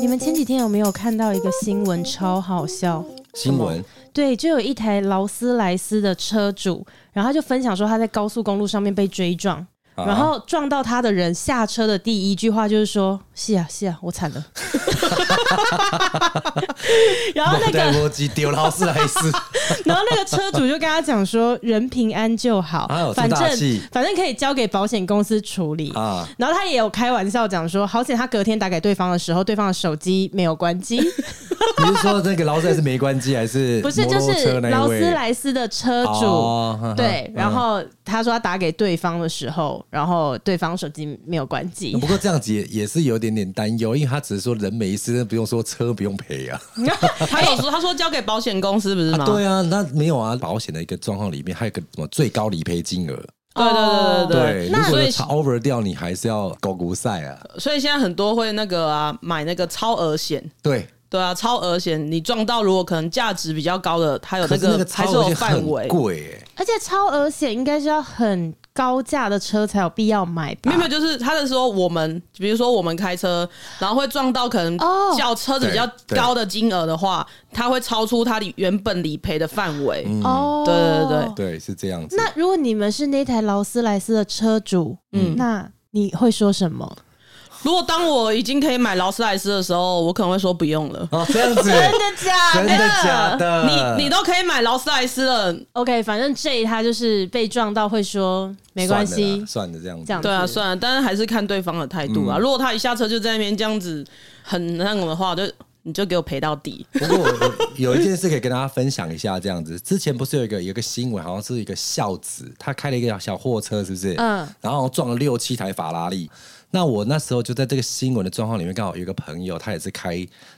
你们前几天有没有看到一个新闻，超好笑？新闻对，就有一台劳斯莱斯的车主，然后他就分享说他在高速公路上面被追撞，啊然后撞到他的人下车的第一句话就是说：“是啊，是啊，我惨了。” 然哦后那戴个，波基丢劳斯莱斯，然后那个车主就跟他讲说：“人平安就好，啊有这反正大气反正可以交给保险公司处理。啊然后他也有开玩笑讲说：“好险，他隔天打给对方的时候，对方的手机没有关机。”你是说那个劳斯莱斯没关机，还是不是，摩就托是车那一劳位斯莱斯的车主。哦呵呵对，嗯然后他说他打给对方的时候，然后对方手机没有关机，不过这样子也也是有点点担忧，因为他只是说人没事，那不用说车不用赔啊。 他有说他说交给保险公司不是吗？对啊，那没有啊，保险的一个状况里面还有个什么最高理赔金额？对对对对对啊对，如果所以你超 over 掉，你还是要狗骨赛啊。所以现在很多会那个啊买那个超额险。对，对啊，超额险，你撞到如果可能价值比较高的，它有可是那个还超是额有险范围很。贵欸 而且超额险应该是要很高价的车才有必要买吧？没有没有，就是他是说我们，比如说我们开车，然后会撞到可能哦较车子比较对对高的金额的话，它会超出它理原本理赔的范围。嗯哦，对对对对，是这样子。那如果你们是那台劳斯莱斯的车主，嗯，那你会说什么？如果当我已经可以买劳斯莱斯的时候，我可能会说不用了。哦，这样子，真的假真的的假的？你你都可以买劳斯莱斯了， ？OK，反正这一他就是被撞到会说没关算了系啦，算了这样子。这样子对啊，算了，但是还是看对方的态嗯度啊。如果他一下车就在那边这样子很那种的话，就你就给我赔到 底。不过我我有一件事可以跟大家分享一下，这样子。之前不是有一个有一个新闻，好像是一个孝子，他开了一个小货车，是不是？嗯嗯。然后撞了六七台法拉利。那我那时候就在这个新闻的状况里面，刚好有一个朋友，他也是开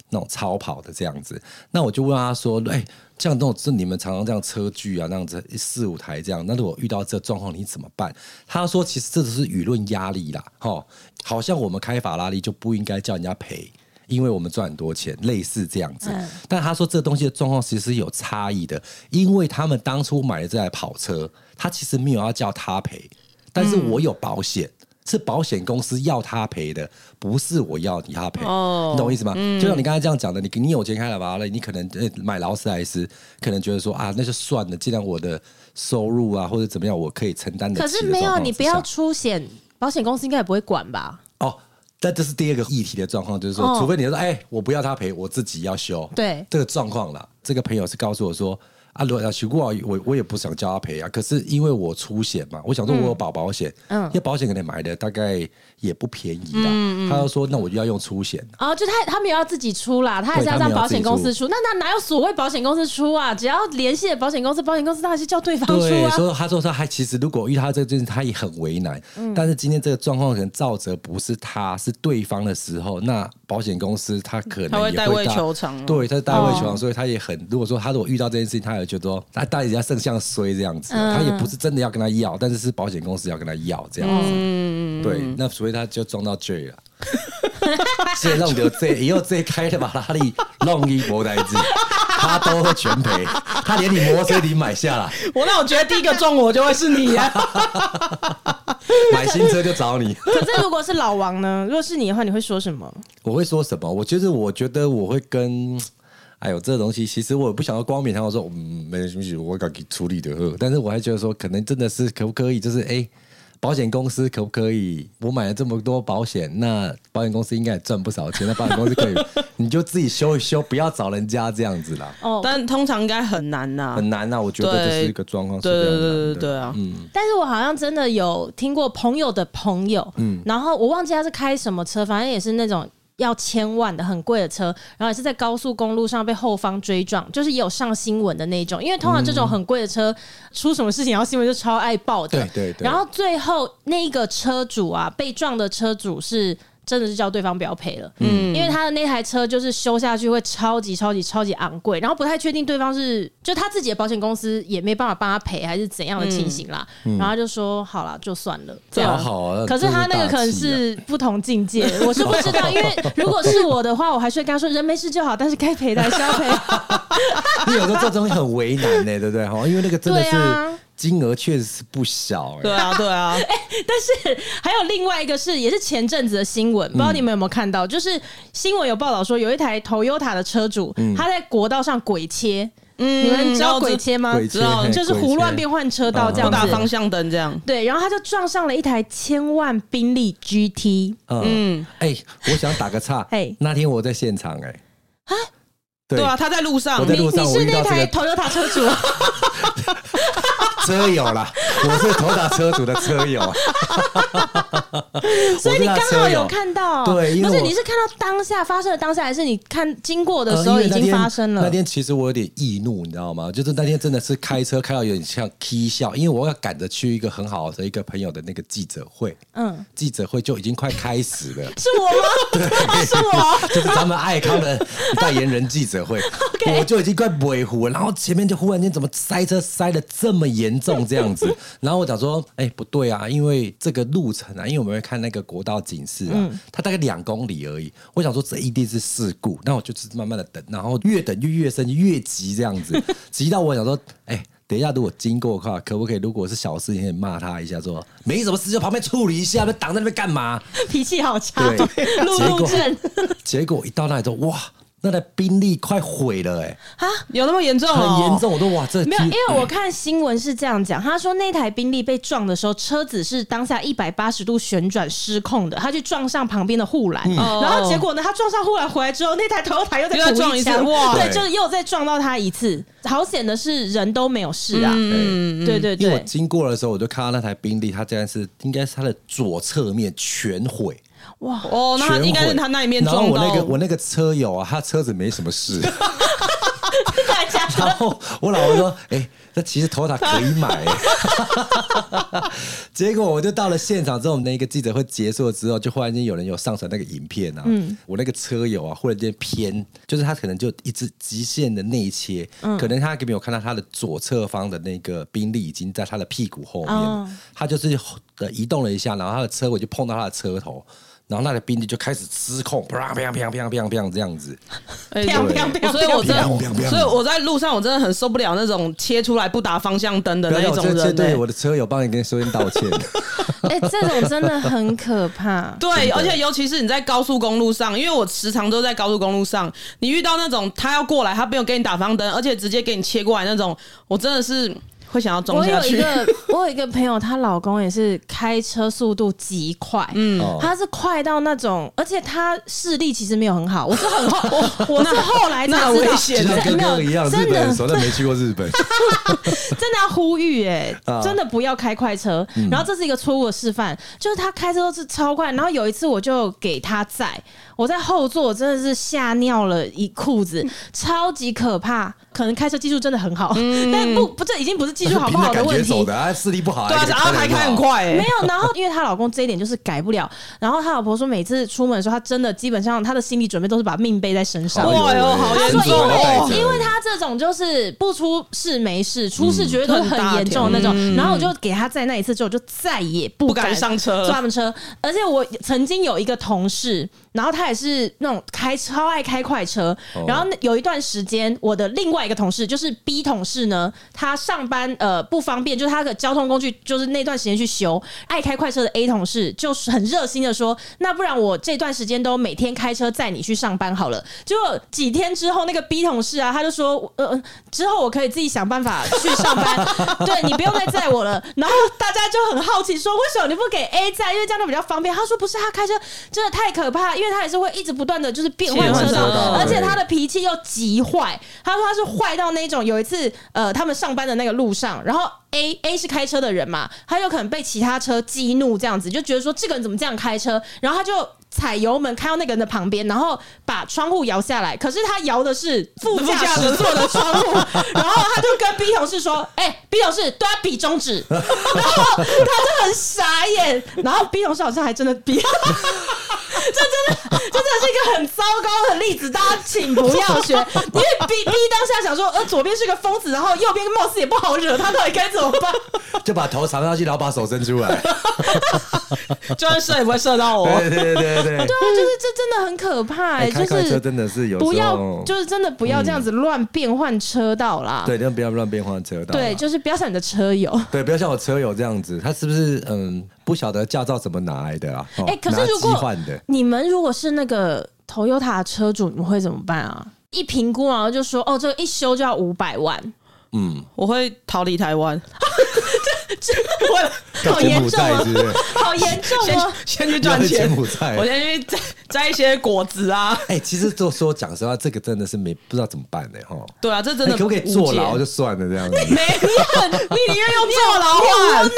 那种超跑的这样子。那我就问他说：“哎、像这种是你们常常这样车距啊，那样子四五台这样，那如果遇到这状况你怎么办？”他说：“其实这只是舆论压力啦，哈，好像我们开法拉利就不应该叫人家赔。”因为我们赚很多钱，类似这样子。但他说这东西的状况其实是有差异的，因为他们当初买的这台跑车，他其实没有要叫他赔，但是我有保险。是保险公司要他赔的，不是我要你他赔，哦你懂我意思吗？嗯就像你刚才这样讲的，你你有钱开了吧？那你可能呃买劳斯莱斯，可能觉得说啊，那就算了，既然我的收入啊或者怎么样，我可以承担得可起的是没状有，况你之不要下出险，保险公司应该也不会管吧？哦，但这是第二个议题的状况，就是说，哦除非你说，哎、我不要他赔，我自己要修，对这个状况啦。这个朋友是告诉我说，啊，如果要修过，我我也不想叫他赔啊，可是因为我出险嘛，我想说我有保保险，嗯嗯因为保险可能买的大概也不便宜啦，他就说，那我就要用出险。哦，就他他们也要自己出啦，他还是要对他让们要保险公司自出。那那哪有所谓保险公司出啊？只要联系了保险公司，保险公司当然是叫对方出对，啊。所以他说他还其实如果遇到他这件事，他也很为难。嗯但是今天这个状况可能造责不是他，是对方的时候，那保险公司他可能他会也代位大求偿哦对，他是代位求偿，所以他也很如果说他如果遇到这件事情，他也觉得说他当然人家圣像衰这样子，他也不是真的要跟他要，但是是保险公司要跟他要这样子。嗯嗯对，那所以他就撞到 J 了。 所以弄到这，以后这开的法拉利弄一博呆子，他都会全赔，他连你摩托车你买下来，我那我觉得第一个中我就会是你啊。买新车就找你。可是如果是老王呢？如果是你的话，你会说什么？ 我会说什么？我觉得，我觉得我会跟，哎呦，这个东西其实我也不想要光明堂，我说嗯，没什么，我敢给处理的呵。但是我还觉得说，可能真的是可不可以，就是哎、保险公司可不可以？我买了这么多保险，那保险公司应该也赚不少钱，那保险公司可以，你就自己修一修，不要找人家这样子啦，哦，但 但通常应该很难呐、很难啊。我觉得这是一个状况，对是非对常难嗯对对 的对啊！但是我好像真的有听过朋友的朋友，嗯，然后我忘记他是开什么车，反正也是那种。要千万的很贵的车，然后也是在高速公路上被后方追撞，就是也有上新闻的那种。因为通常这嗯种很贵的车、出什么事情，然后新闻就超爱报的。对对对然后最后那个车主啊，被撞的车主是真的是叫对方不要赔了，嗯，因为他的那台车就是修下去会超级超级超级昂贵，然后不太确定对方是就他自己的保险公司也没办法帮他赔还是怎样的情形啦，然后他就说好啦，就算了，这嗯这样好好啊。可是他那个可能真大气啊是不同境界，我是不知道，因为如果是我的话，我还是会跟他说人没事就好，但是该赔的还是要赔。你有时候这东西很为难呢、对不对？哈，因为那个真的对啊是金额确实是不小、对哎，啊，对啊，但是还有另外一个是，也是前阵子的新嗯闻，不知道你们有没有看到？就是新闻有报道说，有一台 Toyota 的车主，嗯他在国道上鬼切。你们知道鬼切吗？鬼切嘿就是鬼胡乱切哦变换车道这样不打子。方向灯这样。对，然后他就撞上了一台千万宾利 GT。，嗯，哎、我想打个岔 嘿那天我在现场、哎，对对啊，他在路上我，在路你上我是遇那到这台个 Toyota 车主，啊车友 啦，我是头打车主的车友，所以你 我刚是他车好友有看到。对因为不是我你是看到当下发生的当下，还是你看经过的呃时候因为已那经天发生了那？天其实我有点易怒，你知道吗？就是那天真的是开车开到有点像 K 笑，因为我要赶着去一个很好的一个朋友的那个记者会，嗯，。记者会就已经快开始了是我 吗？哦是我。 就是咱们爱康的代言人记者会我就已经快尾糊了，然后前面就忽然间怎么塞车塞的这么严重这样子，然后我想说，哎、不对啊，因为这个路程啊，因为我们会看那个国道警示啊，它大概两公里而已，我想说这一定是事故，那我就是慢慢的等，然后越等就越生气，越急这样子，急到我想说，哎、等一下，如果经过的话，可不可以？如果是小事情，可以骂他一下说没什么事，就旁边处理一下，那挡在那边干嘛？脾气好差，对，路怒症结果结果一到那里之后，哇，那台宾利快毁了、欸，啊！有那么严重、哦？很严。重，我都哇，这呃哎没有，踢因为我看新闻是这样讲，他说那台宾利被撞的时候，车子是当下一百八十度旋转失控的，他去撞上旁边的护栏，然后结果呢，他撞上护栏回来之后，那台 Toyota 又再嗯又再补撞一次枪哇对，对就是又再撞到他一次。好险的是人都没有事啊，嗯对对因为我对，经过的时候，我就看到那台宾利，它竟然是应该是它的左侧面全毁，哇，哦，那全他毁应该是他那一面然后撞我到。那个我那个车友啊，他车子没什么事，大家然后我老婆说：“哎、那其实 Toyota 可以 买、欸。”结果我就到了现场之后，我们那个记者会结束了之后，就忽然间有人有上传那个影片啊，嗯我那个车友啊，忽然间偏，就是他可能就一直极限的内切，嗯可能他没有看到他的左侧方的那个宾利已经在他的屁股后面了，哦他就是呃移动了一下，然后他的车尾就碰到他的车头。然后那个宾利就开始失控，啪啪啪啪啪啪这样子，哎啪对啪啪所以我真啪啪的，啪所以我在路上我真的很受不了那种切出来不打方向灯的不那要一讲，种这这人、对欸。我的车友帮你跟收音道歉。 哎、这种真的很可怕。对，而且尤其是你在高速公路上，因为我时常都在高速公路上，你遇到那种他要过来，他没有给你打方灯，而且直接给你切过来那种，我真的是会想要 撞我下有一去。个，我有一个朋友，她老公也是开车速度极快，嗯，哦他是快到那种，而且他视力其实没有很好，我是很后，我我是后来才 那知危道，险就像真跟的哥一样，日真本的人熟，但没去过日本。 真的要呼吁哎、啊嗯真的不要开快车。然后这是一个错误的示范，就是他开车都是超快。然后有一次我就给他载，我在后座真的是吓尿了一裤子，嗯超级可怕。可能开车技术真的很好，但不不，这已经不是技术好不好凭着问嗯 感觉题走，的，啊，视力不好，哎对啊，然后还开很。快、欸，没有，然后因为她老公这一点就是改不了，然后她老婆说每次出门的时候，她真的基本上她的心理准备都是把命背在身哦上。哇哟好她严说重因哦为因为她这种就是不出事没事，出事绝对都嗯是啊很严重的那种。然后我就给她在那一次之后，我就再也不不敢上车坐他们车。而且我曾经有一个同事，然后他也是那种开超爱开快车，哦然后那有一段时间，我的另外一个同事就是 B 同事呢，他上班呃不方便，就是他的交通工具就是那段时间去修。爱开快车的 A 同事就是很热心的说，那不然我这段时间都每天开车载你去上班好了。结果几天之后，那个 B 同事啊，他就说，呃，之后我可以自己想办法去上班， 对你不用再载我了。然后大家就很好奇说，为什么你不给 A 载？因为这样就比较方便。他说不是，他开车真的太可怕，因为他也是会一直不断的就是变换车切道换车道，而且对他的脾气又极坏。他说他是坏到那种，有一次呃，他们上班的那个路上，然后 A A 是开车的人嘛，他有可能被其他车激怒，这样子就觉得说这个人怎么这样开车，然后他就。踩油门开到那个人的旁边，然后把窗户摇下来。可是他摇的是副副驾驾驶驶座的窗户，然后他就跟 B 同事说：“哎、b 同事对他比中指。” 然 后他就很傻眼，然后 B 同事好像还真的比。这真这真的是一个很糟糕的例子，大家请不要 学。因为 B B 当下想说，呃，左边是个疯子，然后右边貌似也不好惹，他到底该怎么办？就把头藏上去，然后把手伸出来。就算射也不会射到我。对对对对对对。啊，就是这真的很可怕、哎欸，开就快车是真的是有时候不要，就是真的不要这样子乱变换车道啦。对，啊但不要乱变换车道啊。对，就是不要像你的车友。对，不要像我车友这样子，他是不是嗯不晓得驾照怎么拿来的啊？哦哎、可是拿如机果换 的，你们如果是那个 Toyota 的车主，你们会怎么办啊？一评估，然后就说哦，这个一修就要五百万，嗯，我会逃离台湾，好干柬严埔重寨啊是不是？好严重先哦！先去赚要钱去柬埔寨，我先去摘摘一些果子啊。哎、其实就说讲实话，这个真的是没不知道怎么办呢、哈。对啊，这你真的哎可不可以无解坐牢就算了这样子？没，你很 你宁愿用坐牢换。当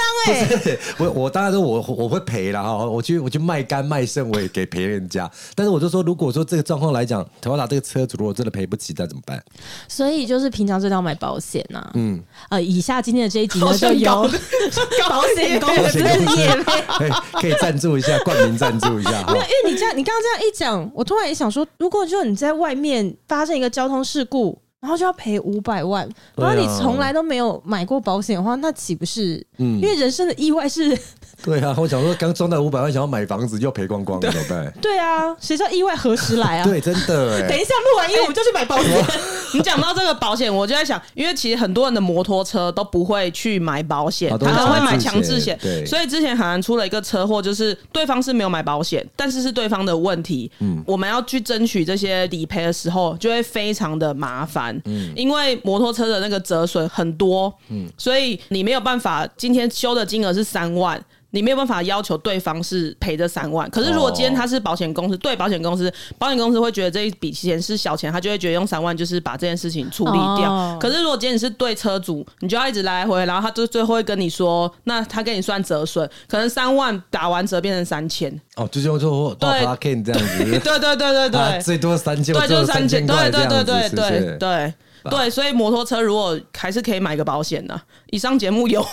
哎、我我当然说我我会赔啦哈，我去我去卖肝卖肾我也给赔人家，但是我就说如果说这个状况来讲，头打这个车主如果真的赔不起，那怎么办？所以就是平常最要买保险呐、嗯嗯，呃，以下今天的这一集好呢，就像 搞由保险公司也没嘿可以赞助一下，冠名赞助一下哈没有，。因为你这样，你刚刚这样一讲，我突然也想说，如果就你在外面发生一个交通事故，然后就要赔五百万，对啊然后你从来都没有买过保险的话，那岂不是？嗯因为人生的意外是，对啊，我想说刚赚到五百万，想要买房子又赔光光了，怎么办？对啊，谁知道意外何时来啊？对，真的哎、等一下录完音我们就去 买保险，你讲到这个保险，我就在想，因为其实很多人的摩托车都不会去买保险，啊都他是们会买强强制制险险对。所以之前韩寒出了一个车祸，就是对方是没有买保险，但是是对方的问题。我们要去争取这些理赔的时候，就会非常的麻烦。因为摩托车的那个折损很多，所以你没有办法，今天修的金额是三万。你没有办法要求对方是赔这三万，可是如果今天他是保险公司，对保险公司，保险公司会觉得这一笔钱是小钱，他就会觉得用三万就是把这件事情处理掉。哦可是如果今天你是对车主，你就要一直来回，然后他就最后会跟你说，那他跟你算折损，可能三万打完折变成三千。哦，就就就到对 p l a n 这样对子，对对对对，啊最多三千，我对，只有就是三千块对这对样对子，对是不对是对对，所以摩托车如果还是可以买个保险的、以上节目有，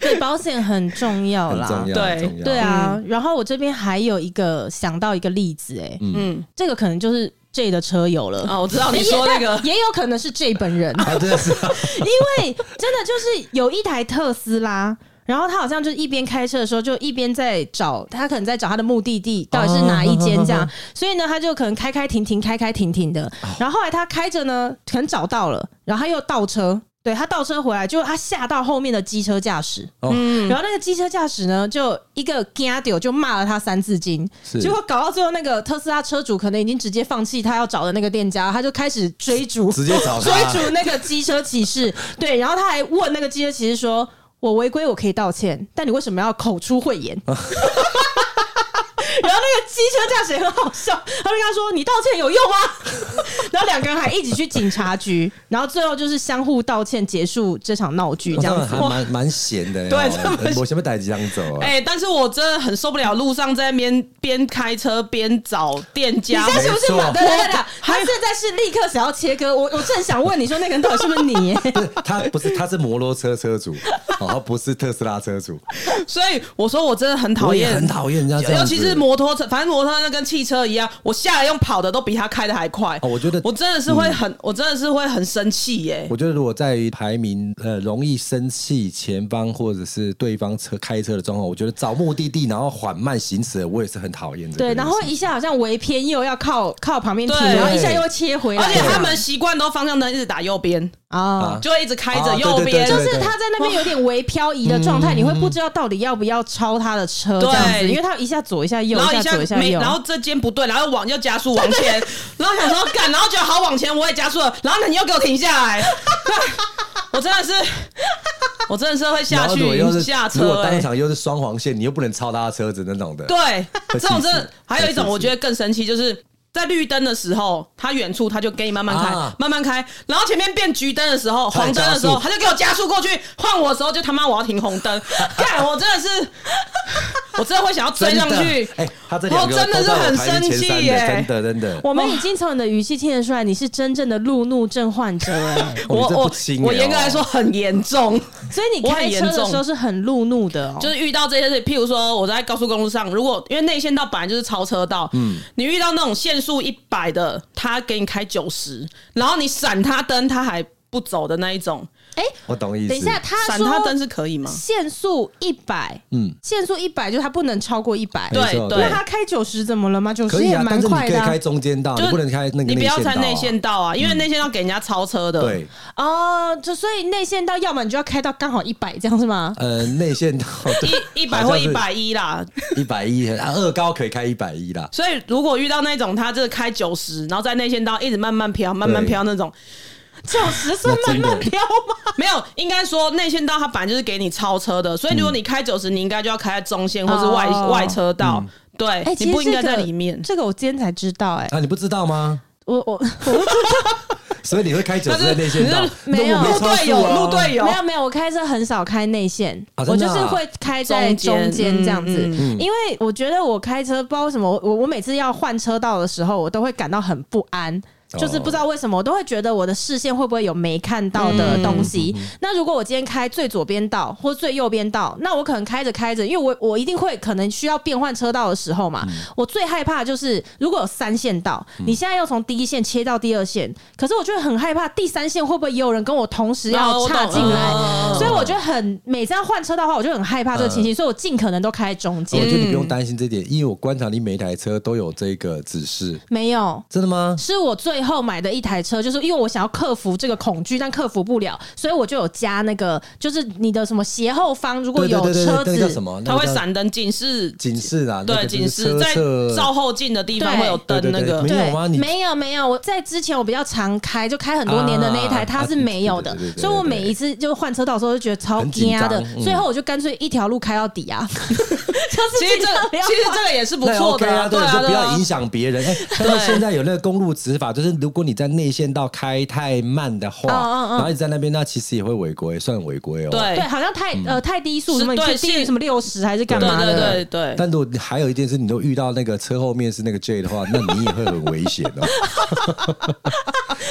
对，保险很重要很啦，重要，对很重要对啊，嗯然后我这边还有一个想到一个例子、哎，嗯，这个可能就是 J 的车友了哎啊我知道你说那个也也有可能是 J 本人，啊，真的是，因为真的就是有一台特斯拉。然后他好像就是一边开车的时候，就一边在找他，可能在找他的目的地到底是哪一间这样。所以呢，他就可能开开停停，开开停停的。然后后来他开着呢，可能找到了，然后他又倒车，对他倒车回来，就他吓到后面的机车驾驶。嗯哦然后那个机车驾驶呢，就一个 g a d i 就骂了他三字经，是结果搞到最后，那个特斯拉车主可能已经直接放弃他要找的那个店家，他就开始追逐，直接 找追他逐那个机车骑士，对，然后他还问那个机车骑士说：“我违规，我可以道歉，但你为什么要口出 秽言？”然后那个机车驾驶也很好笑，他就跟他说：“你道歉有用吗？” 然后两个人还一起去警察局，然后最后就是相互道歉，结束这场闹剧，这 样哦子还。蛮蛮闲的，对哦这么闲我前面带几张走啊哎、。但是我真的很受不了路上在那边边开车边找店你家现在，是不是没错马？对对对，啊 他还有现在是立刻想要切割。我我正想问你说，那个人到底是不是 你？不是他不是，他是摩托车车主，哦，他不是特斯拉车主，所以我说我真的很讨我也厌，很讨厌人家这样尤子。其是摩托车，反正摩托车跟汽车一样，我下来用跑的都比他开的还快。哦我觉得我真的是会很，我真的是会很生气耶、我觉得如果在排名呃容易生气前方或者是对方车开车的状况，我觉得找目的地然后缓慢行驶，我也是很讨厌这个对，东西。然后一下好像围偏右要靠靠旁边停，对然后一下又切回来，而且他们习惯都方向灯一直打右边，啊，就会一直开着啊右对对边，对对就是他在那边有点微漂移的状态，你会不知道到底要不要超他的车这样子，对因为他一下左一下右，然后一下左一下没，右，然后这间不对，然后往又加速往 前，然后想说干，然后觉得好往前我也加速了，然后你又给我停下来， 我真的是，我真的是会下然后如果去又是下如车、果当欸。场又是双黄线，你又不能超他的车子那种的。对，会这种真气死的还有一种，会气死我觉得更神奇，就是在绿灯的时候，他远处他就给你慢慢开，啊慢慢开，然后前面变橘灯的时候，黄灯的时候，加速 他就给我加速过去，换我的时候就他妈我要停红灯，干，我真的是，我真的会想要追上去。哎、他这两个我真的是很生气耶、真的真的，我们已经从你的语气听得出来，你是真正的路怒症患者 哎，哦我你这我不轻我耶严格哦来说很严重，所以你开车的时候是很路怒的哦。就是遇到这些事，譬如说我在高速公路上，如果因为内线道本来就是超车道，嗯，你遇到那种限速一百的，他给你开九十，然后你闪他灯，他还不走的那一种，哎，我懂意思。等一下，他闪说他灯是可以吗？限速一百，嗯嗯，限速一百就是他不能超过一百。没对错对那他开九十怎么了吗？九可十以也啊，蛮但是你可快以的啊开中间道，你不能开那个你不要道、啊。嗯穿内线道啊，因为内线道给人家超车的。对，哦。就所以内线道，要么你就要开到刚好一百，这样是吗？呃，内线道 一一百或一百一啦，一百一，啊二高可以开一百一 啦。所以如果遇到那种他就是开九十，然后在内线道一直慢慢飘，慢慢飘那 种，九十算那慢真的慢飙吗？没有，应该说内线道它本来就是给你超车的，所以如嗯果你开九十，你应该就要开在中线或是外、哦外车道，嗯对，哎，其你实不应该这个在里面。这个我今天才知道，哎，啊，你不知道吗？我我所以你会开九十在那是内线道那是，那没有我没路超队速友，啊路队友没有没有，我开车很少开内线，啊我真的就啊是会开在中中间间这样子，嗯因为我觉得我开车不知道为什么，我我每次要换车道的时候，我都会感到很不安。就是不知道为什么，我都会觉得我的视线会不会有没看到的东西。那如果我今天开最左边道或最右边道，那我可能开着开着，因为我我一定会可能需要变换车道的时候嘛，我最害怕就是如果有三线道，你现在要从第一线切到第二线，可是我就会很害怕第三线会不会也有人跟我同时哦要我懂插进来，嗯所以我觉得很每次要换车道的话，我就很害怕这个情形，所以我尽可能都开中我间。觉得你不用担心这点，因为我观察你每一台车都有这个指示。没有，真的吗？是我最后买的一台车，就是因为我想要克服这个恐惧，但克服不了，所以我就有加那个，就是你的什么斜后方如果对有对对对，车那个叫什子，么？那它个会叫闪灯警示，警示啊，那对个就是警示车在侧照后镜的地方对会有灯对那对对个没。有对吗你没有没有，我在之前我比较常开，就开很多年的那一台，啊它是没有的对对对，对对所以我每一次就换车道的时候就觉得超很紧惊张的嗯，最后我就干脆一条路开到底啊，就是 其实尽这量个不要其实这个也是不那也错 OK 的啊，对就啊，不对要啊影。响别人。哎，但是现在有那个公路执法，就是如果你在内线道开太慢的话，嗯嗯嗯然后一直在那边，那其实也会违规，算违规哦。。对，对好像太呃太低速是什么，你对去低于是什么六十还是干嘛对的？对对对但如果你还有一件事，你都遇到那个车后面是那个 J 的话，那你也会很危险哦。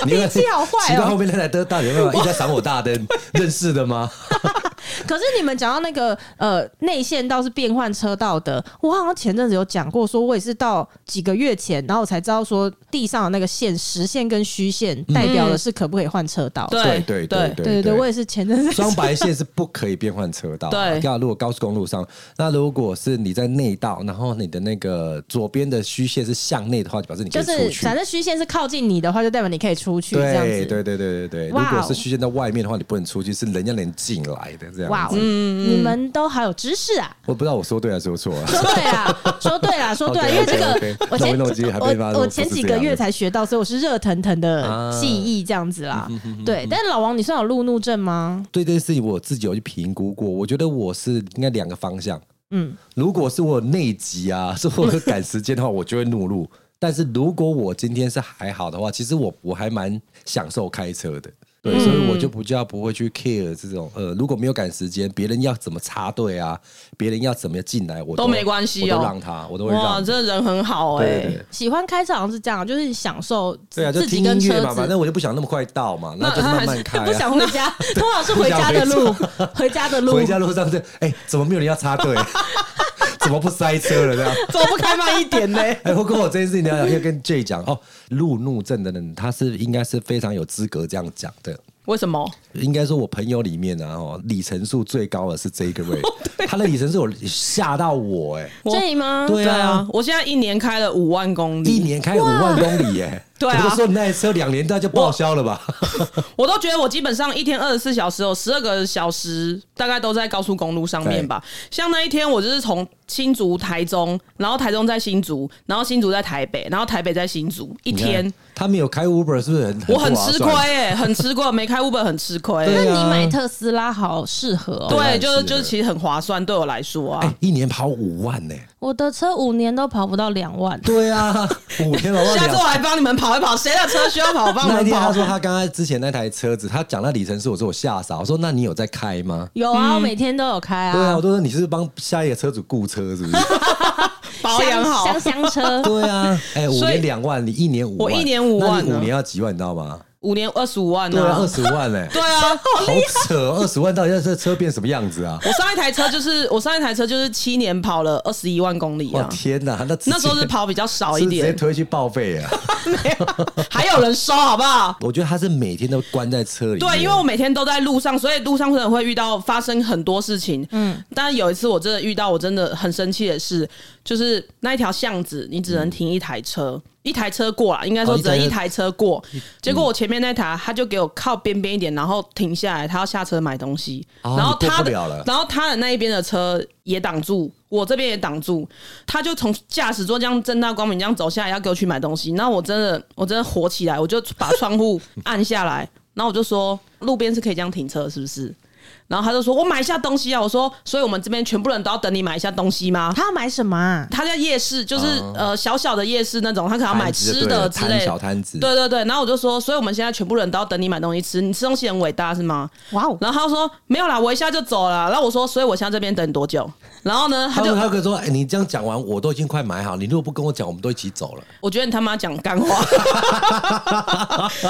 你会脾气好坏哦奇怪后面那台灯到底有没有一直在闪我大灯？认识的吗？可是你们讲到那个呃内线道是变换车道的，我好像前阵子有讲过，说我也是到几个月前，然后我才知道说地上的那个线实线跟虚线代表的是可不可以换车道。对对嗯对对对对，我也是前阵子。双白线是不可以变换车道、啊。对要如果高速公路上，那如果是你在内道，然后你的那个左边的虚线是向内的话，就表示你可就以出是，去。反正虚线是靠近你的话，就代表你可以出去这样对子。对对对对对，如哇哦果是虚线在外面的话，你不能出去，是人家能进来的这哇样哦，嗯子。你们都好有知识啊！我不知道我说对还是说错啊。说对 啦，说对啦，说对啊啦，因为这 OK，OK，个我弄前一弄其实还没发我生我前几个月才学到，所以我是热腾腾的啊记忆这样子嗯啦。对，但是老王，你算有路怒症吗？对这件事情，我自己有去评估过，我觉得我是应该两个方向。嗯，如果是我有内急啊， 是 我有赶时间的话，我就会怒路。但是如果我今天是还好的话，其实我我还蛮享受开车的，对，嗯所以我就不叫不会去 care 这种呃，如果没有赶时间，别人要怎么插队啊，别人要怎么进来，我都没关系哦我都让他，我都会哇，让。这人很好对哎对。对，喜欢开车好像是这样，就是享受对啊，就自己听跟音车乐嘛，反子。正我就不想那么快到嘛，那就那慢还慢是开、啊。不想回 家，通常是回家的路，回家的路。回家路上就哎、怎么没有人要插 队？怎么不塞车了这样？怎么不开慢一点呢？哎、我跟我这件事情聊聊，要跟 J 讲哦，路怒症的人，他是应该是非常有资格这样讲的。 为什么？应该说，我朋友里面啊，哦，里程数最高的是这一个 位，哦他的里程数有吓到我哎、这里吗？对对啊啊，，我现在一年开了五万公一里，年开五万公里哎、对啊我就说你那台车两年大就报销了吧？我都觉得我基本上一天二十四小时有十二个小时，大概都在高速公路上面吧。像那一天，我就是从新竹、台中，然后台中在新竹，然后新竹在台北，然后台北在新竹，一你看天。他没有开 Uber 是不是很我很不划吃亏算哎、很吃亏，没开 Uber 很吃亏、那对啊你买特斯拉好适合哦。对，就是是就是，其实很划算，对我来说啊。哎、一年跑五万呢、哎我的车五年都跑不到两万，对啊，五 天跑万下两次我还帮你们跑一跑，谁的车需要跑，我帮你那一们天他跑。说他刚才之前那台车子，他讲那里程数，我说我吓傻，我说那你有在开吗？有啊，我每天都有开对啊，啊我。都说你是不是帮下一个车主雇车，是不 是？保养好香香车，对啊，哎，五所以年两万，你一年五万，我一年五万啊那你呢五年要几万，你知道吗？五年二十五万对呢、啊，二十万嘞、对啊，好扯，哦二十万到底要这车变什么样子啊？我上一台车就是我上一台车就是七年跑了二十一万公里哇啊，天哪，那直接那时候是跑比较少一是直接点，推去报废啊！还有人收好不好？我觉得他是每天都关在车里面，对，因为我每天都在路上，所以路上可能会遇到发生很多事情。嗯，但有一次我真的遇到我真的很生气的事，就是那一条巷子你只能停一台车，一台车过啦，应该说哦只能一台一台车过。结果我前面那台他就给我靠边边一点，然后停下来，他要下车买东西，哦然后你过他不的了了然后他的那一边的车也挡住，我这边也挡住，他就从驾驶座这样正大光明这样走下来，要给我去买东西。然后我真的，我真的火起来，我就把窗户按下来， 然后我就说路边是可以这样停车，是不是？然后他就说：“我买一下东西啊。”我说：“所以我们这边全部人都要等你买一下东西吗他要买什么啊？”？他在夜市，就是、呃小小的夜市那种，他可能要买摊子就吃对的了哦之类摊的小摊子，对对对，然后我就说，所以我们现在全部人都要等你买东西吃，你吃东西很伟大是吗？哇哦，然后他说没有啦，我一下就走了。然后我说，所以我现在这边等多久？然后呢，他他就就他可以说：“哎、你这样讲完，我都已经快买好。你如果不跟我讲，我们都一起走了。我觉得你他妈讲 干话，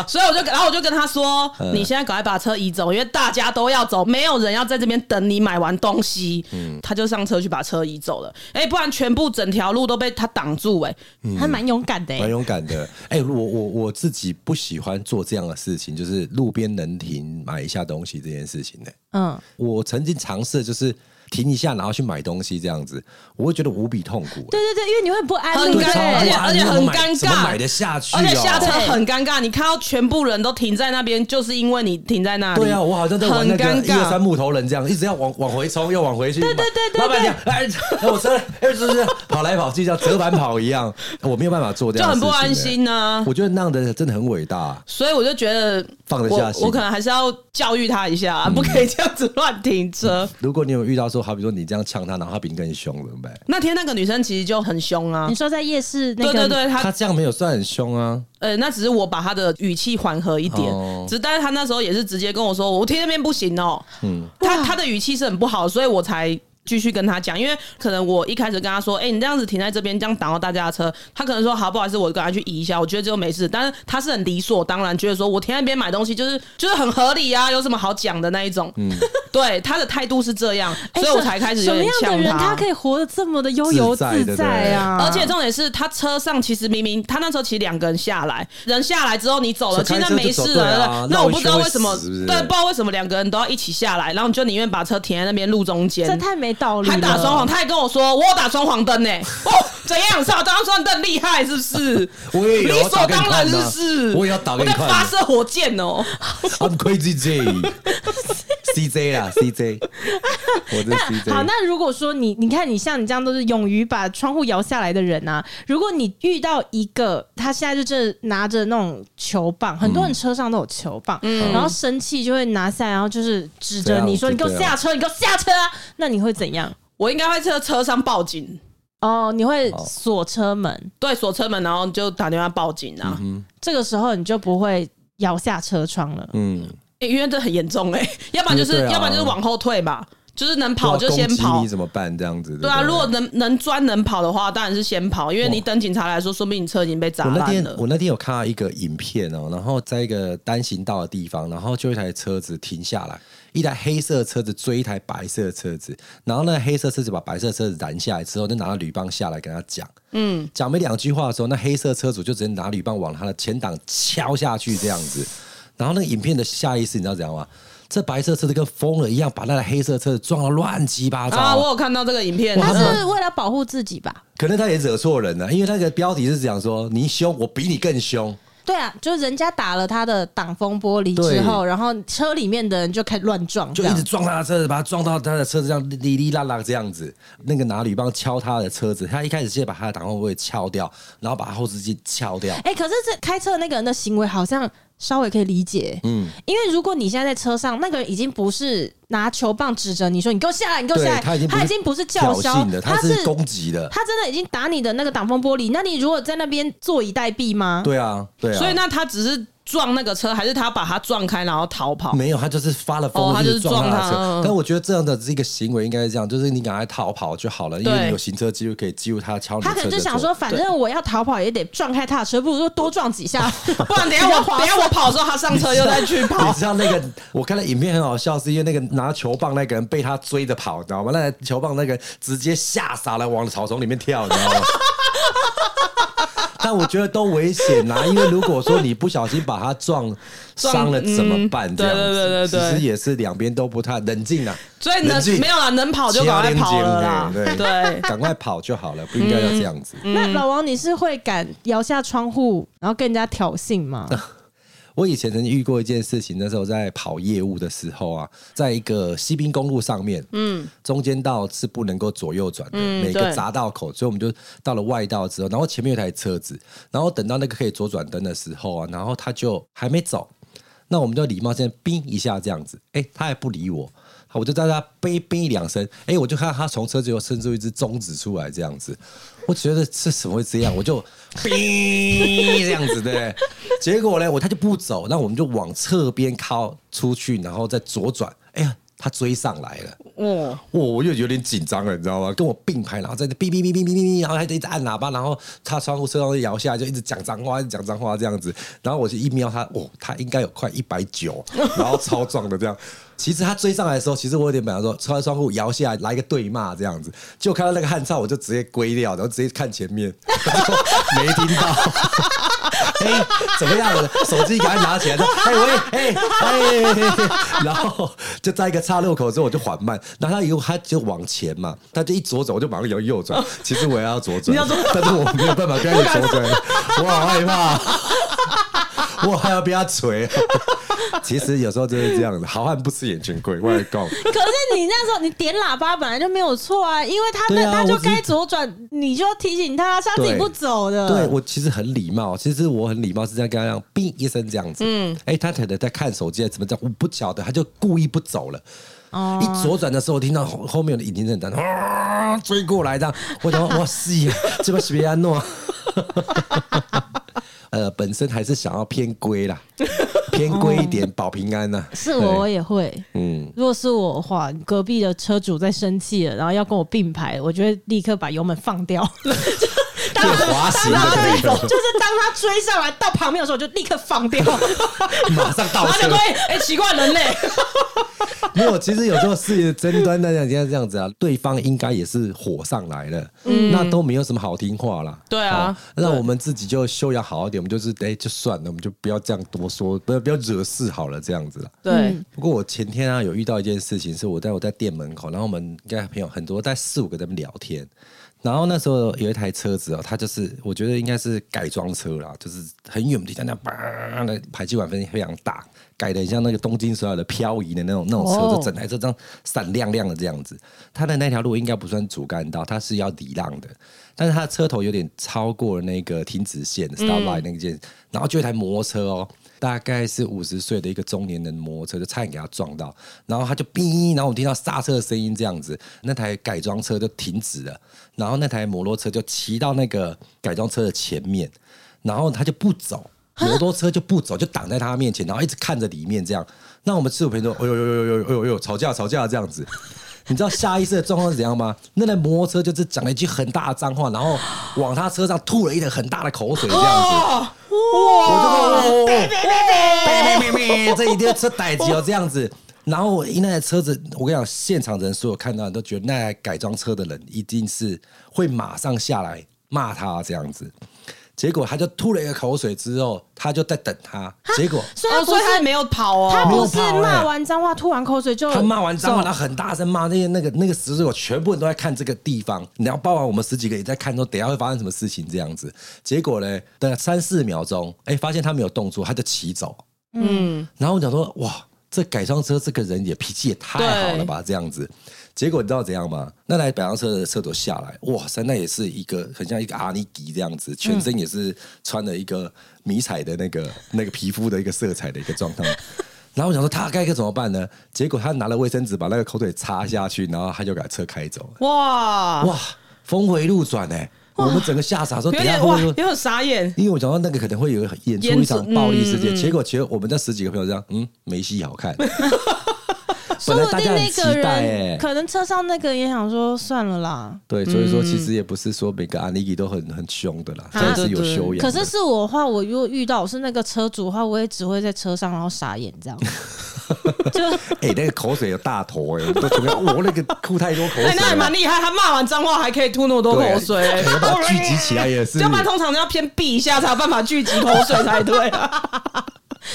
所以我就然后我就跟他说，呃你现在赶快把车移走，因为大家都要走，没有人要在这边等你买完东西。嗯他就上车去把车移走了，哎、不然全部整条路都被他挡住、哎，还蛮勇敢的欸蛮勇敢的。 哎、我我我自己不喜欢做这样的事情，就是路边能停买一下东西这件事情呢、嗯，我曾经尝试就是停一下，然后去买东西这样子，我会觉得无比痛苦、对对对，因为你会不安很路，尴尬超对麻烦而且而且你怎么很买尴怎么尬买得下去、哦？而且下车很尴尬，你看到全部人都停在那边，就是因为你停在那里。对啊，我好像在玩那很个尴一二三尬。木头人这样，一直要往往回冲，又往回去。对对对对，老板娘，哎，哎我车，哎，是不是跑来跑去，像折返跑一样？我没有办法做这就样的很事不情，安心哎呐、我觉得那样的人真的很伟大，所以我就觉得放得下我心我可能还是要教育他一下、啊嗯不可以这样子乱停车。如果你有遇到说，好比说你这样呛他，然后他比你更凶，怎么办？那天那个女生其实就很凶啊你，说在夜市那对个，对对，她他这样没有算很凶啊，呃，那只是我把她的语气缓和一点，哦只但是她那时候也是直接跟我说，我听那边不行哦、嗯，她她的语气是很不好，所以我才。继续跟她讲，因为可能我一开始跟她说，哎、你这样子停在这边，这样挡到大家的车，她可能说好，不好意思，我跟她去移一下，我觉得这就没事。但是她是很理所当然，觉得说我停在那边买东西就是就是很合理啊，有什么好讲的那一种。嗯，对，她的态度是这样，哎，所以我才开始什有么点样呛的人她他可以活得这么的哦悠游自在的自在啊？嗯呃而且重点是他车上其实明明他那时候其实两个人下来，人下来之后你走了，所现以在开车没就走事对啊了。那绕我一不知圈道会为什么，死是不是对，不知道为什么两个人都要一起下来，然后你就宁愿把车停在那边路中间这。太没道理了，还打哦双黄，他还跟我说：“我有打双黄灯呢、 哦，怎样？是我打双黄灯厉害是不 是？我也有理所当然打给你看是啊不是？我也要打给我你在看啊发射火箭哦、 I'm crazy J。CJ 啦，CJ，我这 CJ。好，那如果说你，你看你像你这样都是勇于把窗户摇下来的人啊，如果你遇到一个他现在就正拿着那种球棒，很多人车上都有球棒，然后生气就会拿下来，然后就是指着你说：“这样你给我嗯对啊下车，你给我下车啊！”那你会怎样？我应该会在车上报警，哦，你会哦锁车门，对，锁车门，然后就打电话报警啊。这个时候你就不会摇下车窗了。嗯，欸因为这很严重哎、要不然就是、嗯对啊啊要不然就是往后退嘛，就是能跑就先攻击跑你。怎么办？这样子，对啊，不如果能能钻能跑的话，当然是先跑，因为你等警察来说，说不定你车已经被砸我那烂天了。我那天有看到一个影片哦，然后在一个单行道的地方，然后就有一台车子停下来，一台黑色车子追一台白色车子，然后那黑色车子把白色车子拦下来之后，就拿铝棒下来跟他讲，嗯，讲没两句话的时候，那黑色车主就直接拿铝棒往他的前挡敲下去这样子，然后那个影片的下意识你知道怎样吗？这白色车子跟疯了一样，把那台黑色车子撞得乱七八糟。啊，我有看到这个影片，他哇是为了保护自己吧？可能他也惹错人了，因为那个标题是讲说你凶，我比你更凶。对啊，就是人家打了他的挡风玻璃之对后，然后车里面的人就开始乱撞，就这一样直撞他的车子，把他撞到他的车子这样哩哩啦啦这样子。那个拿铝棒敲他的车子，他一开始先把他的挡风玻璃敲掉，然后把他后视镜敲掉。哎、可是这开车的那个人的行为好像稍微可以理解，嗯，因为如果你现在在车上，那个人已经不是拿球棒指着你说“你给我下来，你给我对下来”，他已经他是已经不是叫嚣挑衅的，，他他是攻击的。他真的已经打你的那个挡风玻璃，那你如果在那边坐以待毙吗？对啊，对啊。所以那他只是撞那个车，还是他把他撞开然后逃跑？没有，他就是发了疯，哦他就是是撞撞他他的车。嗯但我觉得这样的这个行为应该是这样，就是你赶快逃跑就好了，因为对你有行车记录可以记录他敲你的他车可的能就想时候说，反正我要逃跑也得撞开他的车，不如就多撞 几下，不然等一下我等一下我跑的时候，他上车又再去你跑。知道那个，我看了影片很好笑，是因为那个拿球棒那个人被他追着跑，你知道吗？那球棒那个人直接吓傻了，往草丛里面跳，你知道吗？ 但我觉得都危险啦，因为如果说你不小心把他撞撞伤了怎么办？嗯这样子对对对对对其实也是两边都不太冷静啊，所以冷能静没有啦，能跑就赶快跑了啦。切到 链接对，哎赶快跑就好了，不应该要这样子。那老王，你是会敢摇下窗户，然后跟人家挑衅吗？我以前曾经遇过一件事情，那时候在跑业务的时候啊，在一个西滨公路上面，嗯，中间道是不能够左右转的，每个对匝道口，所以我们就到了外道之后，然后前面有台车子，然后等到那个可以左转灯的时候啊，然后他就还没走，那我们就礼貌性冰一下这样子，哎、他还不理我。好我就在他背冰两声，哎、我就看到他从车子又伸出一只中指出来，这样子，我觉得这怎么会这样？我就冰这样子的，结果呢，我他就不走，那我们就往侧边靠出去，然后再左转，哎呀，他追上来了。哦，我我又有点紧张了，你知道吗？跟我并排，然后在那哔哔哔哔哔哔哔，然后还一直按喇叭，然后他窗户车窗摇下来，就一直讲脏话，一直讲脏话这样子。然后我就一瞄他，哦，他应该有快一百九，然后超壮的这样。其实他追上来的时候，其实我有点本来说穿窗户摇下来来一个对骂这样子，结果看到那个汉超，我就直接归掉，然后直接看前面，然后没听到。哎、怎么样？我的手机赶快拿起来，说：“哎、喂，哎、哎、然后就在一个岔路口之后，我就缓慢，然后他以后他就往前嘛，他就一左转，我就马上摇右转。其实我也要左转，但是我没有办法跟他一起左转，我好害怕，我还要被他锤。 其实有时候就是这样子，好汉不吃眼前亏，我也告。 可是你那时候你点喇叭本来就没有错啊，因为他对那、啊他就我只是该左转，你就要提醒他，是他自己对不走的。对我其实很礼貌，其实我很礼貌，是在跟他讲“哔”一声这样子。嗯，哎、他可能在看手机，怎么讲？我不晓得，他就故意不走了。哦一左转的时候，我听到后后面有引擎声，然后啊追过来这样，我想说哇塞，这个是别安诺。啊 呃，本身还是想要偏归啦，偏归一点，保平安呐、啊是哦我我对，也会。嗯，如果是我的话，隔壁的车主在生气了，然后要跟我并排，我就会立刻把油门放 掉。变滑行当的他在走，那就是当他追上来到旁边的时候，我就立刻放 掉。个，马上倒然后车就。会哎，奇怪，人类。嗯 没有，其实有时候事情的争端，那像今天这样子啊，对方应该也是火上来了，那都没有什么好听话啦。嗯对啊好，那我们自己就修养好一点，我们就是哎、就算了，我们就不要这样多说，不要不要惹事好了，这样子啦。对，不过我前天啊有遇到一件事情，是我在我在店门口，然后我们应该朋友很多，大概四五个在那边聊天。然后那时候有一台车子哦，它就是我觉得应该是改装车啦，就是很远的地方那样叭的排气管分非常大，改的很像那个东京所有的漂移的那种那种车哦子，整台车这样闪亮亮的这样子。它的那条路应该不算主干道，它是要礼让的，但是它的车头有点超过那个停止线 （stoplight） 那个线，然后就有一台摩托车哦，大概是五十岁的一个中年人摩托车，就差点给他撞到，然后他就哔，然后我听到刹车的声音这样子，那台改装车就停止了，然后那台摩托车就骑到那个改装车的前面，然后他就不走。摩托车就不走，就挡在他面前，然后一直看着里面这样。那我们四五朋友说：“哎呦呦呦呦呦呦呦，吵架吵架这样子。”你知道下意识的状况是怎样吗？那台摩托车就是讲了一句很大的脏话，然后往他车上吐了一点很大的口水，这样子。哦，我就说，别别别，这一定要出歹机哦，这样子。然后我一那台车子，我跟你讲，现场人所有看到的人都觉得那台改装车的人一定是会马上下来骂他这样子。结果他就吐了一个口水之后，他就在等他，结果所以他哦，不所以是他也没有跑他哦。不是骂完脏话吐完口水就他骂完脏话，走然后很大声骂那些那个那个十字口，全部人都在看这个地方，然后包括我们十几个也在看，说等一下会发生什么事情这样子。结果呢，等了三四秒钟，哎，发现他没有动作，他就骑走。嗯，然后我想说，哇，这改装车这个人也脾气也太好了吧，这样子。结果你知道怎样吗？那台改装车的车主下来，哇塞，那也是一个很像一个阿尼基这样子，全身也是穿了一个迷彩的那 个那个皮肤的一个色彩的一个状态。然后我想说他该该怎么办呢？结果他拿了卫生纸把那个口水擦下去，然后他就把车开走了。哇，哇，峰回路转哎、我们整个吓傻，说有等一下点会哇，不有会？点傻眼。因为我讲到那个可能会有演出演一出场暴力事件，结果其实我们那十几个朋友这样，嗯，没戏好看。说本来不大定家很那期个待人哎，可能车上那个也想说算了啦。对，所以说其实也不是说每个安利基都很很凶的啦，啊真的是有对对对修养的。可是是我的话，我如果遇到我是那个车主的话，我也只会在车上然后傻眼这样。就哎、那个口水有大坨哎、我都怎么样？我那个吐太多口水了哎、， 那还蛮厉害，他骂完脏话还可以吐那么多口水、对可能 把它聚集起来也是。要不然通常要偏避一下才有办法聚集口水才对啊。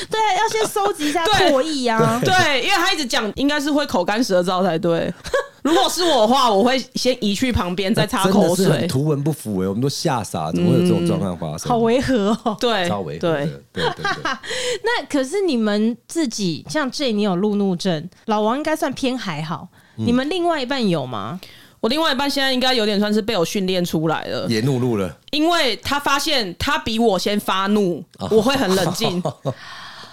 对，要先收集一下对唾液 啊。对，因为他一直讲，应该是会口干舌燥才对。 如果是我的话，我会先移去旁边再擦哎真口的是很水。图文不符哎、我们都吓傻，怎么会有这种状况发生？好违和哦！对，超违和的，对，对对对，那可是你们自己，像 J，你有路怒症，老王应该算偏还好。你们另外一半有吗？我另外一半现在应该有点算是被我训练出来了，也怒怒了，因为他发现他比我先发怒，我会很冷静。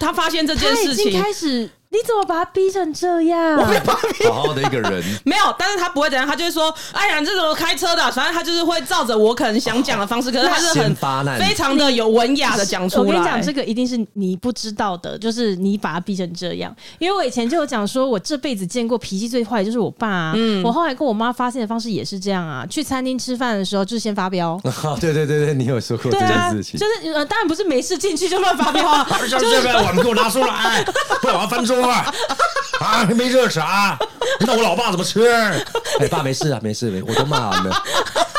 他发现这件他已事经情开始，你怎么把他逼成这样？好好的一个人，没有，但是他不会怎样，他就会说：“哎呀，你这怎么开车的啊、反正他就是会照着我可能想讲的方式，可是他是先很啊发难非常的有文雅的讲出来。我跟你讲，这个一定是你不知道的，就是你把他逼成这样。因为我以前就有讲说，我这辈子见过脾气最坏的就是我爸、啊。嗯我后来跟我妈发现的方式也是这样啊，去餐厅吃饭的时候就是先发飙。对对对对，你有说过这对啊，件就事情。是呃，当然不是没事进去就乱 发飙啊，上这边碗给我拿出来，不然我要翻桌啊！啊，没热啥、那我老爸怎么吃？哎、爸没事啊，没事没，我都骂完了，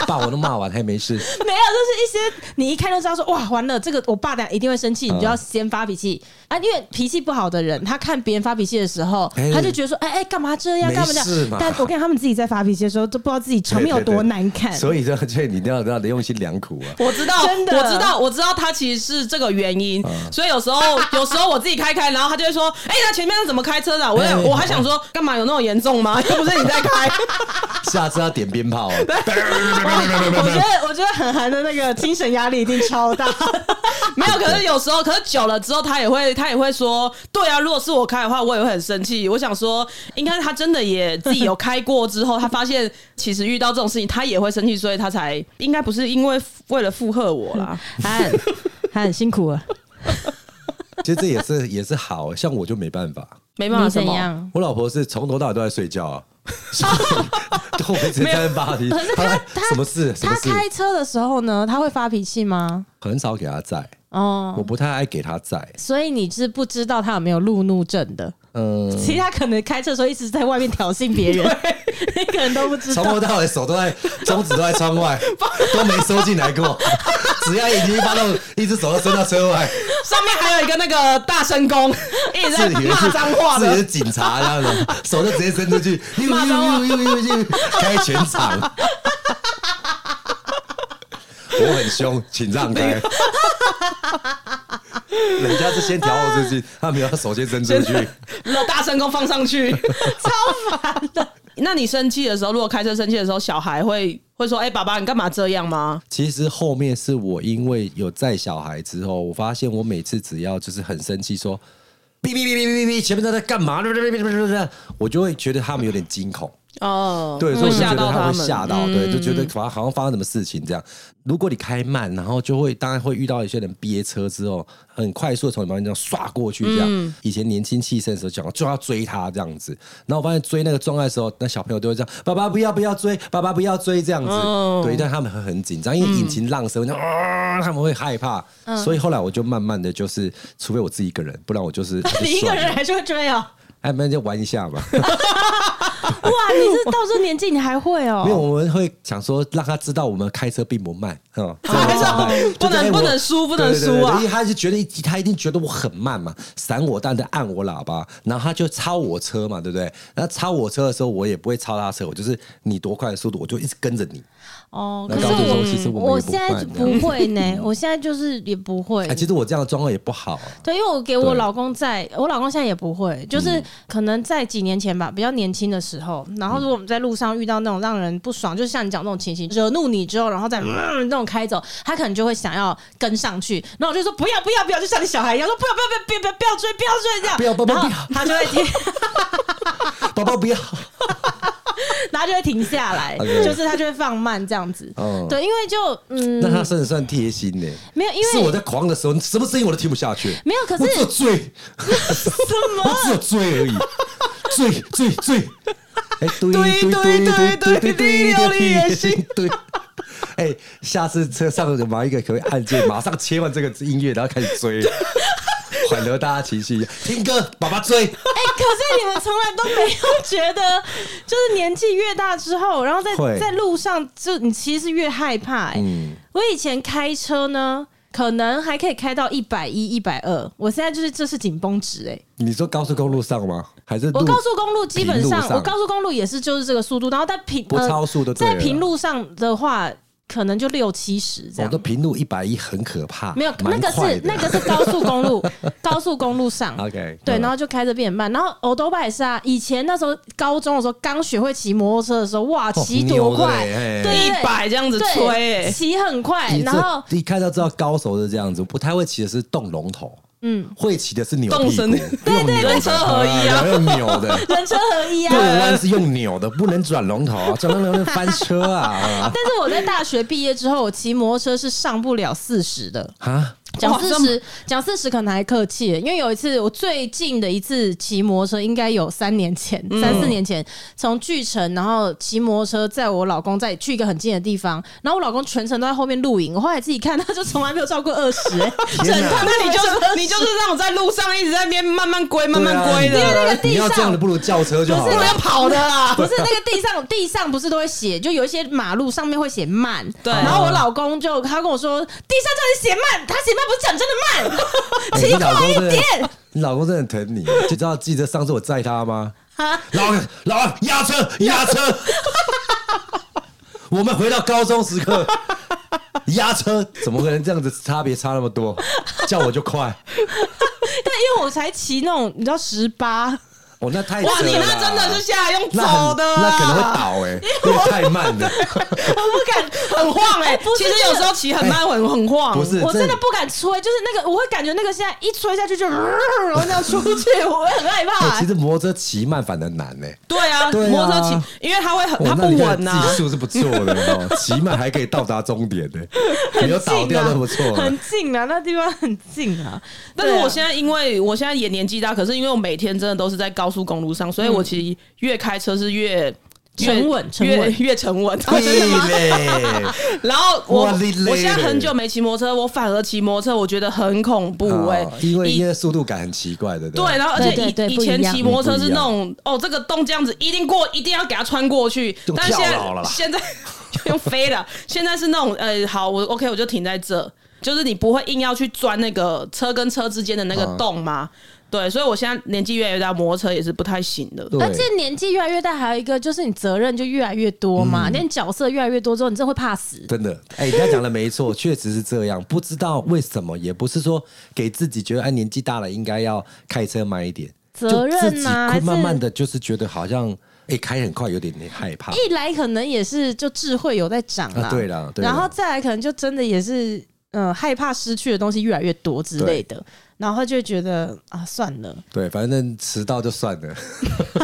爸我都骂完，还没事。没有，就是一些你一看就知道说哇，完了，这个我爸等下一定会生气，嗯你就要先发脾气啊，因为脾气不好的人，他看别人发脾气的时候，哎他就觉得说，哎哎，干嘛这样，没干嘛这事样嘛？但我看他们自己在发脾气的时候，都不知道自己场面有多难看。所以这这你一定要要用心良苦啊。我知道，真的我知道，我知道他其实是这个原因，所以有时候有时候我自己开开，然后他就会说：“哎、那前面是怎么开车的啊、我哎想我还想说，干嘛有那么严重吗？又不是你在开。下次要点鞭炮、啊， 我觉得，我觉得很韩的那个精神压力一定超 大。没有，可是有时候，可是久了之后，他也会，他也会说，对啊，如果是我开的话，我也会很生气。我想说，应该是他真的也自己有开过之后，他发现其实遇到这种事情，他也会生气，所以他才应该不是因为为了附和我啦。韩，韩辛苦啊了，其实这也是也是好，像我就没办法。没办法，你什怎么？样？我老婆是从头到尾都在睡觉 啊，都没在在发脾气。可是他她他什么事？什么他事？开车的时候呢，他会发脾气吗？很少给她在，我哦，不太爱给她在。所以你是不知道他有没有路怒症的。嗯，其实他可能开车的时候一直在外面挑衅别人，你可能都不知从头道。到尾手都在，中指都在窗外，都没收进来过。只要已经发动，一只手都伸到车外，上面还有一个那个大声 公，一直在自己骂是脏话自己的是。警察这样子，手就直接伸出去，呦骂脏话呦呦呦呦呦，开全场。我很凶，请让开。人家是先调好自己，他没有，他首先伸出去。 那大声公放上去，超烦的。那你生气的时候，如果开车生气的时候，小孩会会说：“哎、爸爸，你干嘛这样吗其实后面是我因为有带小孩之后，我发现我每次只要就是很生气说，哔哔哔哔哔哔，前面在在干嘛？ 我就会觉得他们有点惊恐。？”哦，对，所以我就觉吓得到他他会们，吓到，对，就觉得好像好像发生什么事情这样。如果你开慢，然后就会当然会遇到一些人憋车之后，很快速的从你旁边这样刷过去，这样。以前年轻气盛的时候，讲就要追他这样子，然后我发现追那个状态的时候，那小朋友都会这样，爸爸不要不要追，爸爸不要追这样子，对，但他们很很紧张，因为引擎浪声，啊，他们会害怕，所以后来我就慢慢的就是，除非我自己一个人，不然我就是你一个人算了还是会追哦、哎，不然就玩一下嘛。 哇，你是到这年纪你还会哦、没有，我们会想说让他知道我们开车并不慢，嗯，这种状态不就是哎能不我能输，不能对对对输对啊因！为他就觉得他一定觉得我很慢嘛，闪我蛋的按我喇叭，然后他就超我车嘛，对不对？然后超我车的时候，我也不会超他车，我就是你多快的速度，我就一直跟着你。哦，那可是到这时候其实我我们也现不在慢这不样会呢，我现在就是也不会哎，。其实我这样的状况也不好啊、对，因为我给我对老公在，我老公现在也不会，就是可能在几年前吧，比较年轻的时候，然后如果我们在路上遇到那种让人不爽，就是像你讲那种情形，惹怒你之后，然后再、嗯、那种开走，他可能就会想要跟上去，然后我就说不要不要不要，就像你小孩一样说不要不要不要不要不要 追不要追这样，不要不要不要然后他就会听。宝宝不要，然后就会停下来， OK 就是它就会放慢这样子。哦 对，因为就嗯，那他真的算贴心呢、没有，因为是我在狂的时候，什么声音我都听不下去。没有可是我只有醉， 我只有醉而已，醉醉醉。哎，对对对对对对料理也行对。 哎，下次车上有某一个可以按键，马上切换这个音乐，然后开始 追，缓和大家情绪。听歌，爸爸追。哎、可是你们从来都 没有觉得，就是年纪越大之后，然后在会在路上，就你其实越害怕、哎嗯我以前开车呢，可能还可以开到一百一、一百二，我现在就是这是紧绷值哎、你说高速公路上吗？还是我路高速公路基本上平路，上我高速公路也是就是这个速度，然后在平呃不超速就对了在平路上的话，可能就六七十这我样的。哦平路一百一很可怕，没有，那蛮个快是的那个是高速公 路，高速公路上 OK，对，嗯然后就开着变慢，然后欧多巴也是啊，以前那时候高中的时候刚学会骑摩托车的时候，哇，骑多快，哦牛的嘞嘿对对对， 100这样子对吹欸骑很快，你哎然后这一看到知道高手是这样子，不太会骑的是动龙头，嗯，会骑的是扭动屁股，身用扭跟车合一啊啊，用扭的。人车合 一过啊。弯是用扭的，不能转龙头啊，转龙头会翻车啊！但是我在大学毕业之后，我骑摩托车是上不了四十的。啊，讲哇四这么十，讲四十可能还客气，因为有一次我最近的一次骑摩托车，应该有三年前、嗯三四年前，从巨城，然后骑摩托车载我老公在去一个很近的地方，然后我老公全程都在后面录影，我后来自己看， 他就从来没有超过二十、 欸，天哪！ 那 你就是你就是让我在路上一直在那边慢慢归慢对啊慢归你的，你地上要这样的，不如轿车就好不了能。要跑的啊啦不。是那个地上，地上不是都会写，就有一些马路上面会写慢。对然哦后我老公就他跟我说，地上叫你写慢，他写慢不是讲真 哎的你老慢，骑公快一真的点。， 你老公真的很疼你，就知道记得上次我载他 吗？啊，老王老王压车压车，我们回到高中时刻，压车怎么可能这样子差别差那么多？叫我就快，但因为我才骑那种，你知道十八。哦，那太哇，扯你了啦那真的是下来用那很走的啊，那可能会倒 哎、因为太慢了，我不敢，很晃哎、不其是实有时候骑很慢很很晃，哎不是我真的不敢吹，就是那个，我会感觉那个现在一吹下去就，然后那样出去，我会很害哎怕、其实摩托车骑慢反而难呢、对啊，对啊摩托车骑，因为它会很哦它那不你看稳呐、啊技术是不错的哦，骑慢还可以到达终点 呢、没有啊倒掉都不错了很近啊，那地方很近啊。但是我现在在因为我现在也年纪大，可是因为我每天真的都是在高速公路上，所以我其实越开车是越。越嗯沉稳沉越 稳越沉稳。啊嘞， 然后我哇你累我现在很久没骑摩托车，我反而骑摩托车，我觉得很恐怖哎、哦因为以因为速度感很奇怪的，对，然后而对且对对以以不一样前骑摩托车是那种哦，这个洞这样子一定过，一定要给它穿过去就。但是现跳了好了在啦现在 就用飞了，现在是那种呃，好，我 OK，我就停在这，就是你不会硬要去钻那个车跟车之间的那个洞吗？对，所以我现在年纪越来越大，摩托车也是不太行的。对而且年纪越来越大，还有一个就是你责任就越来越多嗯嘛，那你角色越来越多之后，你真的会怕死。真的，哎、人家讲的没错，确实是这样。不知道为什么，也不是说给自己觉得，哎，年纪大了应该要开车慢一点，责任啊就自己还会是慢慢的就是觉得好像，哎、开很快有点害怕。一来可能也是就智慧有在长啦，啊对啦对啦然后再来可能就真的也是呃害怕失去的东西越来越多之类的，然后就会觉得啊算了，对，反正迟到就算了。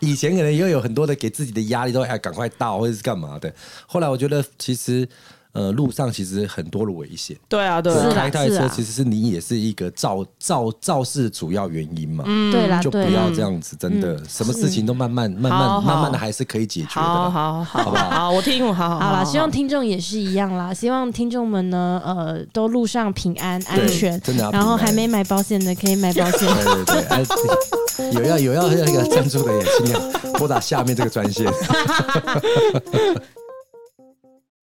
以前可能也有很多的给自己的压力都，哎赶快到或者是干嘛的。后来我觉得其实，呃，路上其实很多的危险。对啊，对是啊，啦开台是车啦其实是你也是一个肇肇肇事主要原因嘛。对啦就不对啦要，这样子，真的，什么事情都慢慢、慢好好慢、慢慢的，还是可以解决的好啦。好好好好，我听，我好好好啦，希望听众也是一样啦，希望听众们呢呃都路上平安安全，真的要平然安后还没买保险的可以买保险。对对对，哎，有要有要那个赞助的也尽量拨打下面这个专线。